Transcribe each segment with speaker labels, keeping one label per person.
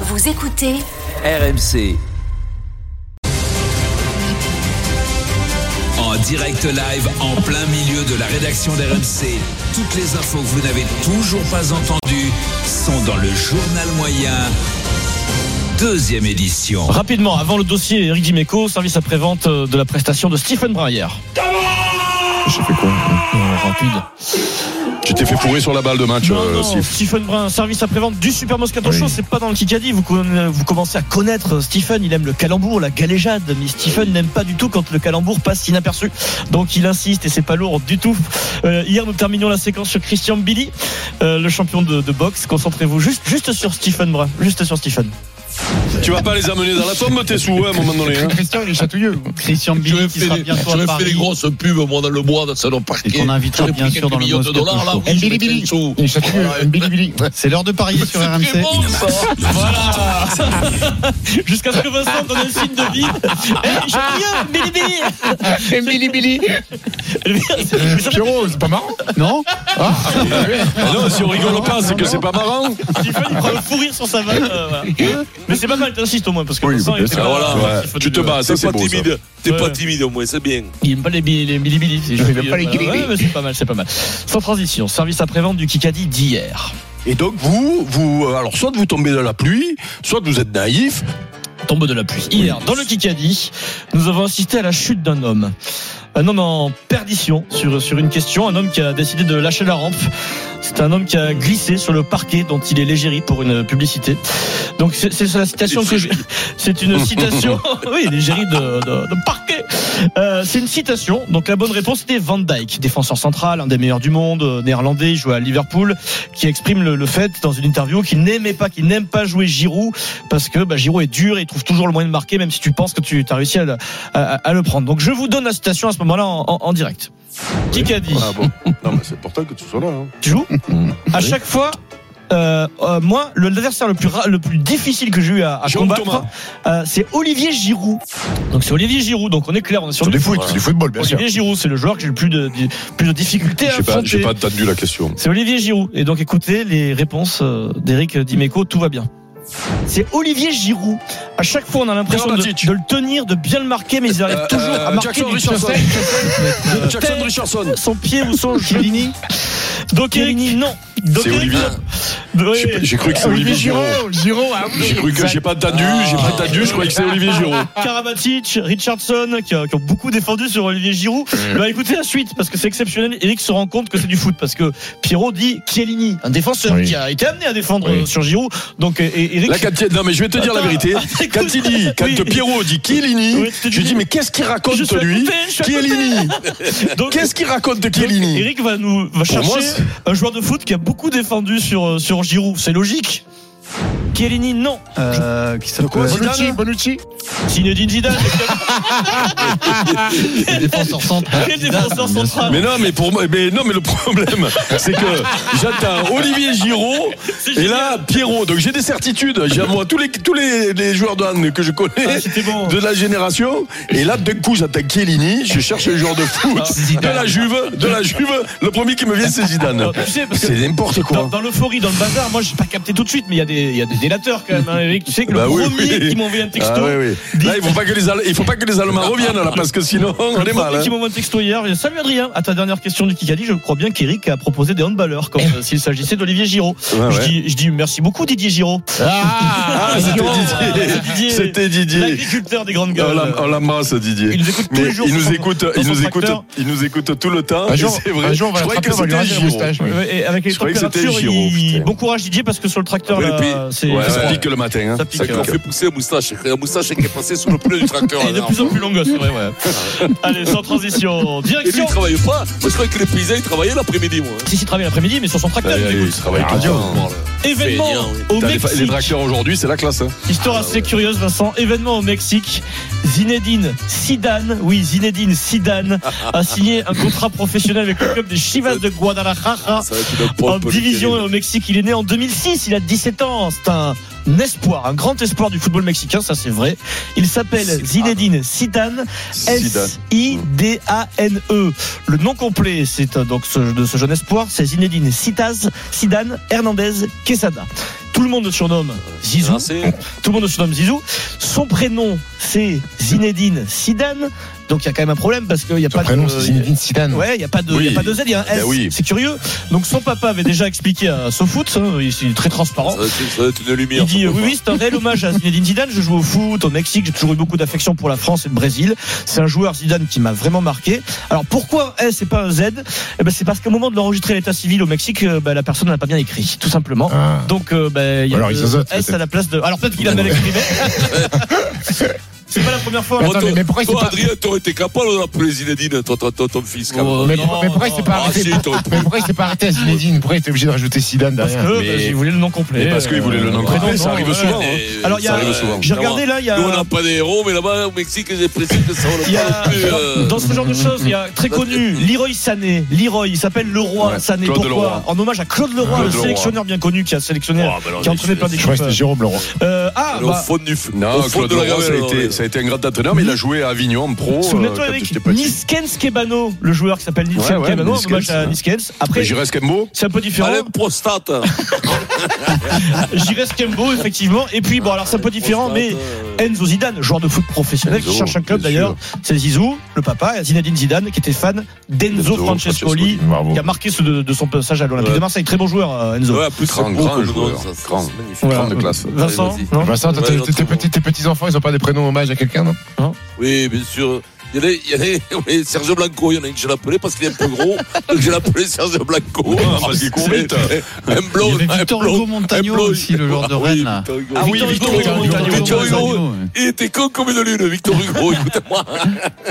Speaker 1: Vous écoutez
Speaker 2: RMC. En direct live, en plein milieu de la rédaction d'RMC, toutes les infos que vous n'avez toujours pas entendues sont dans le journal moyen, deuxième édition.
Speaker 3: Rapidement, avant le dossier Eric Dimeco, service après-vente euh, de la prestation de Stephen Brun hier. Euh,
Speaker 4: J'ai fait quoi hein Euh,
Speaker 3: rapide.
Speaker 4: Tu t'es fait fourrer sur la balle de match,
Speaker 3: Non,
Speaker 4: euh,
Speaker 3: non,
Speaker 4: Steve.
Speaker 3: Stephen Brun, service après-vente du Super Moscato
Speaker 4: Oui.
Speaker 3: Show, c'est pas dans le Kikadi. Vous, conna- vous commencez à connaître euh, Stephen, il aime le calembour, la galéjade, mais Stephen n'aime pas du tout quand le calembour passe inaperçu. Donc il insiste et c'est pas lourd du tout. Euh, hier, nous terminions la séquence sur Christian Billy, euh, le champion de, de boxe. Concentrez-vous juste, juste sur Stephen Brun, juste sur Stephen.
Speaker 4: Tu vas pas les amener dans la tombe, tes sous, hein, à un moment donné. hein.
Speaker 5: Christian, il est chatouilleux.
Speaker 3: Christian
Speaker 6: J'aurais
Speaker 3: Billy qui
Speaker 6: fait,
Speaker 3: sera
Speaker 6: des,
Speaker 3: bientôt à
Speaker 6: j'aurais fait
Speaker 3: Paris.
Speaker 6: des grosses pubs, moi, dans le bois, dans le salon parquet.
Speaker 3: qu'on invitera
Speaker 6: J'aurais
Speaker 3: bien
Speaker 6: pris
Speaker 3: sûr
Speaker 6: quelques
Speaker 3: dans le
Speaker 6: millions de
Speaker 3: Moscato
Speaker 6: dollars, là,
Speaker 3: Show.
Speaker 6: oui, je mettrais le sou.
Speaker 5: Il est chatouilleux.
Speaker 6: Ouais.
Speaker 5: Un bilibili. C'est l'heure de parier sur
Speaker 6: C'est très
Speaker 5: RMC.
Speaker 6: bon, ça. Voilà.
Speaker 3: Jusqu'à ce que Vincent donne un signe de vide. Eh, je viens, Billy Billy
Speaker 5: Un bilibili.
Speaker 1: Euh,
Speaker 3: Mais ça fait
Speaker 5: Pierrot, c'est pas marrant Non
Speaker 4: Ah non, si on rigole pas, c'est que c'est pas marrant.
Speaker 3: Stephen, il prend le fou rire sur sa vanne. euh, voilà. Mais c'est pas mal, t'insistes au moins, parce que Vincent, il était
Speaker 4: Ah,
Speaker 3: pas
Speaker 4: voilà,
Speaker 3: là.
Speaker 4: ouais.
Speaker 3: Stephen,
Speaker 4: Tu te
Speaker 3: euh,
Speaker 4: bats, ça
Speaker 7: T'es
Speaker 4: c'est
Speaker 7: pas
Speaker 4: beau. ça.
Speaker 7: timide, t'es
Speaker 3: Ouais.
Speaker 7: pas timide au moins, c'est bien.
Speaker 3: Il aime pas les, bi- les bilibilis. si je
Speaker 5: Il
Speaker 3: puis
Speaker 5: aime
Speaker 3: dire,
Speaker 5: pas les
Speaker 3: voilà.
Speaker 5: bilibilis.
Speaker 3: Ouais, mais c'est pas mal, c'est pas mal. Sans transition, service après-vente du Kikadi d'hier.
Speaker 4: Et donc vous, vous, euh, alors soit vous tombez dans la pluie, soit vous êtes naïf.
Speaker 3: Tombe de la pluie. Hier, dans le Kikadi, nous avons assisté à la chute d'un homme. Un homme en perdition sur, sur une question, un homme qui a décidé de lâcher la rampe. C'est un homme qui a glissé sur le parquet dont il est légéri pour une publicité. Donc c'est c'est la citation que je... C'est une citation... Oui, légéri de, de- de parquet. Euh, c'est une citation. Donc la bonne réponse était Van Dyke, défenseur central, un des meilleurs du monde, euh, néerlandais, il jouait à Liverpool, qui exprime le, le fait dans une interview qu'il n'aimait pas, qu'il n'aime pas jouer Giroud parce que bah, Giroud est dur et il trouve toujours le moyen de marquer, même si tu penses que tu as réussi à, le- à- à le prendre. Donc je vous donne la citation à ce moment-là en, en- en direct. Qui a dit
Speaker 4: Ah bon. Non mais c'est important que tu sois là. hein.
Speaker 3: Tu joues
Speaker 5: Mm.
Speaker 3: À chaque fois. euh, euh, moi, le- l'adversaire le plus ra- le plus difficile que j'ai eu à, à
Speaker 4: Jérôme
Speaker 3: combattre, euh, c'est Olivier Giroud. Donc c'est Olivier Giroud. Donc on est clair, on est sur
Speaker 5: C'est
Speaker 3: du
Speaker 5: du foot,
Speaker 3: foot.
Speaker 5: c'est du football, bien sûr.
Speaker 3: Olivier Giroud, c'est le joueur que j'ai le plus de, de- plus de difficultés à
Speaker 4: J'ai pas, j'ai
Speaker 3: affronter.
Speaker 4: pas entendu la question.
Speaker 3: C'est Olivier Giroud. Et donc écoutez les réponses euh, d'Eric Dimeco, tout va bien. C'est Olivier Giroud. À chaque fois, on a l'impression de,
Speaker 4: Karabatic.
Speaker 3: de le tenir, de bien le marquer, mais il arrive
Speaker 4: Euh,
Speaker 3: toujours
Speaker 4: euh,
Speaker 3: à marquer
Speaker 4: Jackson
Speaker 3: du
Speaker 4: Richardson.
Speaker 3: pied. De
Speaker 4: Jackson
Speaker 3: tête,
Speaker 4: Richardson.
Speaker 3: son pied ou son Chiellini. Donc Eric, non. Donc,
Speaker 4: C'est
Speaker 3: Eric, euh,
Speaker 4: Olivier.
Speaker 3: ouais,
Speaker 4: J'ai- J'ai cru que c'est Olivier Ah. Giroud.
Speaker 5: Giraud, ah oui.
Speaker 4: J'ai cru que j'ai pas entendu, j'ai pas entendu. Je croyais que c'est Olivier Giroud.
Speaker 3: Karabatic, Richardson, qui, a- qui ont beaucoup défendu sur Olivier Giroud. Bah écoutez la suite, parce que c'est exceptionnel. Eric se rend compte que c'est du foot, parce que Pierrot dit Chiellini, un défenseur
Speaker 5: Oui.
Speaker 3: qui a été amené à défendre
Speaker 5: Oui.
Speaker 3: euh, sur Giroud. Donc euh, et- Eric.
Speaker 4: Là, quand il- non, mais je vais te dire la
Speaker 3: Attends.
Speaker 4: vérité.
Speaker 3: Écoute.
Speaker 4: Quand il dit, quand
Speaker 3: Oui.
Speaker 4: Pierrot dit Chiellini,
Speaker 3: Oui, je te
Speaker 4: je
Speaker 3: dis-
Speaker 4: dis, mais qu'est-ce qu'il
Speaker 3: Je
Speaker 4: raconte
Speaker 3: suis à
Speaker 4: lui
Speaker 3: côté, je suis à côté.
Speaker 4: Chiellini
Speaker 3: Donc,
Speaker 4: Qu'est-ce qu'il raconte de
Speaker 3: donc,
Speaker 4: Chiellini
Speaker 3: Eric va nous va chercher
Speaker 4: moi, c'est-
Speaker 3: un joueur de foot qui a beaucoup défendu sur, euh, sur Giroud. C'est logique. Chiellini, non.
Speaker 5: Euh, qui s'appelle
Speaker 4: quoi, Zidane
Speaker 5: Bonucci, Bonucci.
Speaker 3: Zinedine Zidane.
Speaker 5: Défenseur centre.
Speaker 3: Quel défenseur central
Speaker 4: mais non, mais pour moi, mais non, mais le problème, c'est que j'attends Olivier Giraud
Speaker 3: C'est
Speaker 4: et
Speaker 3: génial.
Speaker 4: là Pierrot. Donc j'ai des certitudes. J'ai moi tous les tous les, les joueurs de hand que je connais
Speaker 3: Ah, c'était bon.
Speaker 4: de la génération. Et là, d'un coup, j'attends Chiellini. Je cherche un joueur de foot
Speaker 3: Ah,
Speaker 4: de la Juve, de la Juve. Le premier qui me vient, c'est Zidane.
Speaker 3: Alors, Ah, tu sais, parce que
Speaker 4: C'est n'importe
Speaker 3: Dans,
Speaker 4: quoi.
Speaker 3: dans l'euphorie, dans le bazar, moi j'ai pas capté tout de suite, mais il y, a des- il y a des délateurs quand même, hein, Eric. Tu sais que le
Speaker 4: Bah oui,
Speaker 3: premier
Speaker 4: oui.
Speaker 3: qui m'a envoyé un texto,
Speaker 4: Ah, oui, oui. Là, il faut pas que les Alle- il faut pas que les Allemands reviennent là, parce que sinon, on
Speaker 3: le
Speaker 4: est mal.
Speaker 3: premier
Speaker 4: hein.
Speaker 3: qui m'a envoyé un texto hier, il dit, salut Adrien, à ta dernière question du Kikadi, je crois bien qu'Eric a proposé des handballeurs, comme euh, s'il s'agissait d'Olivier Giraud.
Speaker 4: Ouais,
Speaker 3: je,
Speaker 4: ouais.
Speaker 3: dis, je dis merci beaucoup Didier Giraud.
Speaker 4: Ah, c'était Didier. C'était Didier. Oh,
Speaker 3: L'agriculteur des grandes
Speaker 4: On
Speaker 3: gueules.
Speaker 4: l'em- on l'embrasse, Didier.
Speaker 3: Euh, Il nous écoute tous
Speaker 4: Mais
Speaker 3: les jours.
Speaker 4: il nous
Speaker 3: sur-
Speaker 4: écoute,
Speaker 3: dans
Speaker 4: il
Speaker 3: son
Speaker 4: nous écoute,
Speaker 3: tracteur.
Speaker 4: il nous écoute tout le temps.
Speaker 5: Un
Speaker 4: et
Speaker 5: jour,
Speaker 4: c'est vrai.
Speaker 5: un jour, on va
Speaker 4: je croyais
Speaker 5: l'attraper,
Speaker 4: que
Speaker 5: on va lui
Speaker 4: c'était
Speaker 5: raser la
Speaker 4: Giraud.
Speaker 5: moustache.
Speaker 3: Ouais, et avec les
Speaker 4: Je croyais que
Speaker 3: températures,
Speaker 4: c'était Giraud,
Speaker 3: il-
Speaker 4: putain.
Speaker 3: bon courage Didier parce que sur le tracteur
Speaker 4: Oui,
Speaker 3: là,
Speaker 4: et puis-
Speaker 3: c'est
Speaker 4: Ouais,
Speaker 3: c'est
Speaker 4: ça
Speaker 3: froid.
Speaker 4: pique le matin. Hein.
Speaker 3: Ça pique,
Speaker 4: Ça
Speaker 3: ouais.
Speaker 4: pique.
Speaker 7: On fait pousser la moustache, la moustache qui est passée sous le pneu du tracteur.
Speaker 3: Et de plus en plus longue, c'est vrai, ouais. Allez, sans transition,
Speaker 7: Et lui,
Speaker 3: direction.
Speaker 7: il travaille pas. Moi, je croyais que les paysans, ils travaillaient l'après-midi, moi.
Speaker 3: Si, si, travaille l'après-midi, mais sur son tracteur, il
Speaker 4: Ouais,
Speaker 3: écoute. Ah,
Speaker 4: il travaille tout le
Speaker 5: Radio.
Speaker 4: temps.
Speaker 3: Événement
Speaker 7: Feignant, oui.
Speaker 3: au
Speaker 4: Putain, les fa- Les
Speaker 3: Mexique.
Speaker 4: tracteurs aujourd'hui, c'est la classe. hein.
Speaker 3: Histoire assez curieuse, Vincent. Événement au Mexique. Zinedine Zidane, oui, Zinedine Zidane a signé un contrat professionnel avec le club des Chivas de
Speaker 6: Ah.
Speaker 3: Guadalajara.
Speaker 7: Ça va être une
Speaker 3: En
Speaker 4: Oh,
Speaker 7: pompe, le
Speaker 3: division
Speaker 7: terrible.
Speaker 3: au Mexique, il est né en 2006, il a 17 ans, c'est un espoir, un grand espoir du football mexicain, ça c'est vrai. Il s'appelle
Speaker 7: Zidane.
Speaker 3: Zinedine Zidane,
Speaker 4: Zidane.
Speaker 3: S-I-D-A-N-E. Le nom complet c'est euh, donc ce- de ce jeune espoir, c'est Zinedine Citaz, Zidane Hernandez Quesada. Tout le monde le surnomme Zizou.
Speaker 7: Ah, c'est-
Speaker 3: Tout le monde le surnomme Zizou. Son prénom, c'est Zinedine Zidane. Donc il y a quand même un problème parce qu'il n'y a
Speaker 1: Son
Speaker 3: pas
Speaker 1: prénom,
Speaker 3: de. euh,
Speaker 1: c'est Zinedine Zidane.
Speaker 3: Ouais, il n'y a pas de, il y a
Speaker 4: Oui.
Speaker 3: pas de Z, il y a un S.
Speaker 4: Ben oui.
Speaker 3: C'est curieux. Donc son papa avait déjà expliqué à SoFoot, hein, il il est très transparent.
Speaker 7: Ça va être- ça va être une lumière.
Speaker 3: Il dit
Speaker 7: ça
Speaker 3: euh,
Speaker 7: peut
Speaker 3: oui
Speaker 7: pas.
Speaker 3: oui c'est un réel hommage à Zinedine Zidane je joue au foot au Mexique j'ai toujours eu beaucoup d'affection pour la France et le Brésil c'est un joueur Zidane qui m'a vraiment marqué alors pourquoi eh, c'est pas un Z eh ben, c'est parce qu'au moment de l'enregistrer à l'état civil au Mexique euh, ben, la personne n'a pas bien écrit tout simplement
Speaker 1: Ah.
Speaker 3: donc euh, ben, il y a
Speaker 1: Alors,
Speaker 3: le
Speaker 1: il s'azote,
Speaker 3: S à
Speaker 1: peut-être.
Speaker 3: la place de alors peut-être qu'il a mal écrit mais- c'est pas la première fois
Speaker 1: Attends, mais- mais pourquoi il s'est
Speaker 7: Toi,
Speaker 1: pas-
Speaker 7: Adrien, t'aurais été capable d'appeler Zinedine, toi, toi, toi, ton fils, quand
Speaker 3: Oh,
Speaker 7: même.
Speaker 1: Mais,
Speaker 3: non.
Speaker 1: mais pourquoi il s'est pas
Speaker 7: Ah,
Speaker 1: arrêté
Speaker 7: si, t'aurais pu.
Speaker 1: Mais pourquoi il s'est pas arrêté à Zinedine Pourquoi il était obligé de rajouter Zidane
Speaker 3: parce que
Speaker 1: derrière
Speaker 3: ben,
Speaker 4: Mais-
Speaker 3: il voulait le nom complet
Speaker 4: Mais parce qu'il voulait le nom
Speaker 3: Après,
Speaker 4: complet,
Speaker 3: non,
Speaker 4: ça
Speaker 3: non,
Speaker 4: arrive
Speaker 3: ouais.
Speaker 4: souvent. hein.
Speaker 7: Et-
Speaker 3: alors il y
Speaker 4: Ça
Speaker 3: a
Speaker 4: arrive souvent.
Speaker 3: j'ai regardé là il y a
Speaker 7: Nous, on n'a pas des héros, mais là-bas, au Mexique, j'ai précisé que ça, on
Speaker 3: Euh, Il y
Speaker 7: le
Speaker 3: a-
Speaker 7: parle plus. euh.
Speaker 3: dans ce genre de choses, il y a très connu Leroy Sané. Leroy, il s'appelle Leroy
Speaker 4: Ouais,
Speaker 3: Sané.
Speaker 4: Claude
Speaker 3: Pourquoi
Speaker 4: Leroy.
Speaker 3: En hommage à Claude Leroy,
Speaker 4: Claude
Speaker 3: le
Speaker 4: Leroy.
Speaker 3: sélectionneur bien connu qui a sélectionné,
Speaker 7: Oh, bah alors,
Speaker 3: qui a entraîné plein
Speaker 1: Je crois
Speaker 3: d'équipes.
Speaker 1: que c'était Jérôme Laurent.
Speaker 3: Euh, ah,
Speaker 7: Elle est Au
Speaker 3: bah,
Speaker 7: fond du f- au
Speaker 4: Non,
Speaker 7: fond
Speaker 4: Claude
Speaker 7: de la
Speaker 4: Leroy, ça a,
Speaker 7: gamelle,
Speaker 4: été,
Speaker 3: euh,
Speaker 7: ouais.
Speaker 4: ça a été un grand entraîneur, mais il a joué à Avignon en pro.
Speaker 3: souviens-toi
Speaker 4: euh, quand
Speaker 3: avec
Speaker 4: j'étais petit.
Speaker 3: Niskens Kebano, le joueur qui s'appelle Niskens
Speaker 4: Ouais, ouais,
Speaker 3: Kebano, en
Speaker 4: Niskens,
Speaker 3: hommage à
Speaker 4: ouais.
Speaker 3: Niskens. Après,
Speaker 4: Mais Jurès Kembo
Speaker 3: c'est un peu différent.
Speaker 7: Alain Prostate.
Speaker 3: Ah, J'irais Kembo, effectivement. Et puis, bon, alors c'est un peu différent, mais Enzo Zidane, joueur de foot professionnel qui
Speaker 4: Enzo,
Speaker 3: cherche un club
Speaker 4: bien
Speaker 3: d'ailleurs, c'est Zizou, le papa, et Zinedine Zidane, qui était fan d'Enzo
Speaker 4: Enzo
Speaker 3: Francescoli,
Speaker 4: Francescoli,
Speaker 1: bravo.
Speaker 3: qui a marqué ce de, de son passage à l'Olympique
Speaker 7: Ouais.
Speaker 3: de Marseille. Très bon joueur, euh, Enzo.
Speaker 7: Ouais, en plus, c'est
Speaker 4: Grand,
Speaker 7: beau
Speaker 4: grand
Speaker 7: comme
Speaker 4: joueur.
Speaker 7: nom, ça, ça,
Speaker 4: Grand.
Speaker 7: c'est magnifique.
Speaker 3: Voilà.
Speaker 4: Grande classe.
Speaker 3: Vincent,
Speaker 7: Allez, vas-y.
Speaker 3: non
Speaker 1: Vincent, toi,
Speaker 7: Ouais,
Speaker 1: tes-
Speaker 7: l'autre,
Speaker 1: tes petits- tes petits-enfants, ils ont pas des prénoms hommages à quelqu'un, non
Speaker 7: Oui, bien sûr. Il y en a, il y en a, oui, Serge Blanco, il y en a un que je l'appelais parce qu'il est un peu gros, donc je l'appelais Serge Blanco.
Speaker 4: parce qu'il court vite.
Speaker 7: Un blond,
Speaker 5: Il y avait
Speaker 7: un
Speaker 5: Victor
Speaker 7: blond,
Speaker 5: Hugo
Speaker 7: un
Speaker 5: Montagno
Speaker 7: blond.
Speaker 5: aussi, le joueur de
Speaker 7: Ah oui,
Speaker 5: Rennes. là.
Speaker 7: Victor Hugo.
Speaker 3: Ah oui, Victor Hugo Montagno.
Speaker 7: Victor Hugo.
Speaker 5: Montagno, ouais.
Speaker 7: Il était con comme une lune, Victor Hugo, écoutez-moi.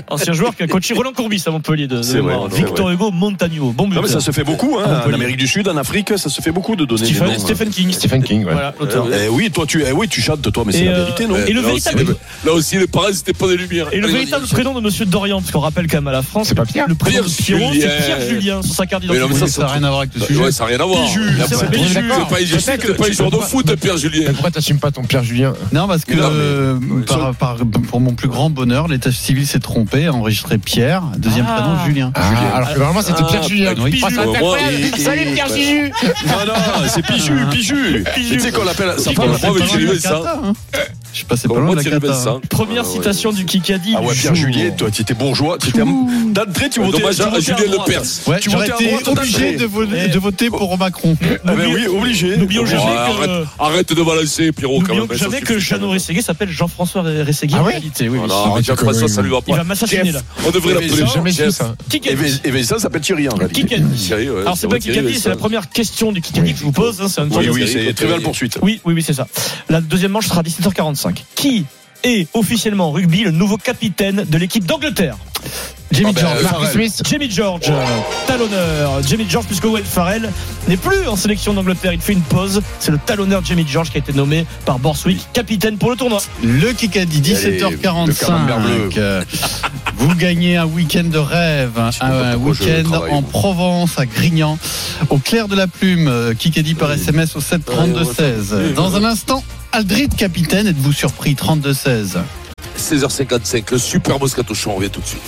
Speaker 3: Ancien joueur qui a coaché Roland Courbis à Montpellier de, de
Speaker 4: C'est
Speaker 3: mémoire.
Speaker 4: vrai, c'est
Speaker 3: Victor Hugo Montagno. Bon
Speaker 4: Non,
Speaker 3: buteur.
Speaker 4: mais ça se fait beaucoup, hein. En
Speaker 3: Montpellier.
Speaker 4: Amérique du Sud, en Afrique, ça se fait beaucoup de donner des
Speaker 3: Stephen,
Speaker 4: noms. hein.
Speaker 3: Stephen King.
Speaker 1: Stephen King, ouais.
Speaker 3: Voilà, l'auteur.
Speaker 4: Eh oui, toi, tu, eh oui, tu chantes, toi, mais c'est
Speaker 3: Et,
Speaker 4: la
Speaker 3: euh,
Speaker 4: vérité, non
Speaker 3: et le
Speaker 7: Là aussi,
Speaker 3: véritable-
Speaker 7: les- Là aussi, les parents, c'était pas des lumières.
Speaker 3: Et le
Speaker 7: Allez, vas-y.
Speaker 3: véritable prénom de Monsieur Dorian, parce qu'on rappelle quand même à la France,
Speaker 1: C'est pas Pierre
Speaker 3: le prénom de
Speaker 7: Pierre
Speaker 3: Pierrot, c'est
Speaker 7: Julien.
Speaker 3: Pierre Julien sur sa carte
Speaker 7: Mais non, mais
Speaker 3: d'identité.
Speaker 7: ça,
Speaker 5: Ça n'a rien à voir avec le
Speaker 7: Ouais,
Speaker 5: sujet.
Speaker 7: ça n'a rien à voir.
Speaker 3: Bijou,
Speaker 7: Là,
Speaker 3: ça,
Speaker 7: pas-
Speaker 3: c'est Bijou.
Speaker 7: C'est pas, il- c'est pas un joueur de foot, Pierre Julien.
Speaker 1: Mais pourquoi t'assumes pas ton Pierre Julien
Speaker 5: Non, parce que
Speaker 7: Non, mais-
Speaker 5: euh, par- par- pour mon plus grand bonheur, l'état civil s'est trompé, a enregistré Pierre, deuxième
Speaker 3: Ah.
Speaker 5: prénom Julien.
Speaker 1: Ah, Alors que normalement, c'était
Speaker 7: Ah,
Speaker 1: Pierre Julien.
Speaker 5: oui.
Speaker 1: Oh, c'est
Speaker 7: Bijou.
Speaker 1: incroyable.
Speaker 7: Ouais,
Speaker 1: Salut Pierre Juju
Speaker 4: Non, non, c'est Pichu, Pichu. Tu sais qu'on l'appelle. Sa
Speaker 7: Pichu.
Speaker 4: femme
Speaker 7: Moi,
Speaker 4: l'appelle
Speaker 7: mais
Speaker 5: Pas
Speaker 7: tu
Speaker 5: loin de
Speaker 7: lui
Speaker 5: la
Speaker 7: mets
Speaker 4: Ah.
Speaker 7: ça.
Speaker 5: cata, hein. Je suis
Speaker 4: Bah,
Speaker 5: passé pas
Speaker 7: Pour
Speaker 5: loin
Speaker 7: moi,
Speaker 5: de la
Speaker 7: tu lui mets
Speaker 5: cata.
Speaker 7: ça.
Speaker 5: hein.
Speaker 3: Première citation du Kikadi.
Speaker 4: Ah ouais,
Speaker 3: du
Speaker 4: Pierre
Speaker 3: jour.
Speaker 4: Juliet, toi, tu étais bourgeois. t'étais un- D'entrée, tu votais.
Speaker 7: Euh, Dommage
Speaker 4: tu
Speaker 7: à
Speaker 4: votais à
Speaker 7: Julien
Speaker 3: euh,
Speaker 4: droite.
Speaker 7: Lepers.
Speaker 5: Ouais,
Speaker 4: Tu
Speaker 5: j'aurais
Speaker 4: votais à
Speaker 5: été
Speaker 4: droite,
Speaker 5: obligé
Speaker 4: t'as-
Speaker 5: de voter,
Speaker 3: Eh.
Speaker 5: de voter pour Macron.
Speaker 4: Ah ben oui, obligé.
Speaker 3: N'oublions jamais
Speaker 7: Ouais,
Speaker 3: que.
Speaker 7: Arrête de balancer, Pierrot, oh, quand
Speaker 3: N'oublions
Speaker 7: même.
Speaker 3: jamais que Jeannot Rességuier s'appelle Jean-François Rességuier
Speaker 1: Ah
Speaker 3: en
Speaker 1: ouais
Speaker 3: réalité. oui, oui.
Speaker 7: Voilà, mais
Speaker 1: Arrête,
Speaker 7: après ça,
Speaker 1: quand
Speaker 7: ça
Speaker 1: même.
Speaker 7: lui va
Speaker 3: Il
Speaker 7: pas.
Speaker 3: va m'assassiner là.
Speaker 7: On devrait
Speaker 4: Mais
Speaker 7: l'appeler
Speaker 1: J'ai jamais su
Speaker 7: Jeff.
Speaker 1: ça.
Speaker 4: Et
Speaker 3: Kikadi.
Speaker 4: Vé- Et Vézin s'appelle Thierry, en réalité.
Speaker 3: Kikadi.
Speaker 7: Thierry, ouais,
Speaker 3: Alors c'est pas
Speaker 7: vrai, Thierry,
Speaker 3: Kikadi, c'est la
Speaker 7: ça.
Speaker 3: première question du Kikadi que je vous pose. hein, C'est un
Speaker 4: Oui,
Speaker 7: Oui,
Speaker 4: oui,
Speaker 7: c'est
Speaker 4: c'est
Speaker 7: Thierry.
Speaker 4: très belle poursuite.
Speaker 3: Oui, oui, oui, c'est ça. La deuxième manche sera à 17h45. Qui est officiellement en rugby le nouveau capitaine de l'équipe d'Angleterre
Speaker 1: Jimmy
Speaker 4: ben,
Speaker 1: George,
Speaker 4: euh,
Speaker 1: Marcus Smith.
Speaker 3: Jamie George, euh, talonneur. Jamie George, puisque Owen Farrell n'est plus en sélection d'Angleterre, il fait une pause. C'est le talonneur Jamie George qui a été nommé par Borswick capitaine pour le tournoi.
Speaker 5: Le Kikadi,
Speaker 4: le camembert bleu.
Speaker 5: 17h45. euh, Vous gagnez un week-end de rêve, un-
Speaker 4: pas
Speaker 5: un
Speaker 4: pourquoi je
Speaker 5: week-end
Speaker 4: travaille,
Speaker 5: en
Speaker 4: moi.
Speaker 5: Provence, à Grignan, au clair de la plume. euh, Kikadi par SMS au 7 32
Speaker 7: Ouais, on va faire-
Speaker 5: 16. Dans un instant, Aldrit, capitaine, êtes-vous surpris 32 16.
Speaker 7: 16h55, le super Moscato Show, on revient tout de suite.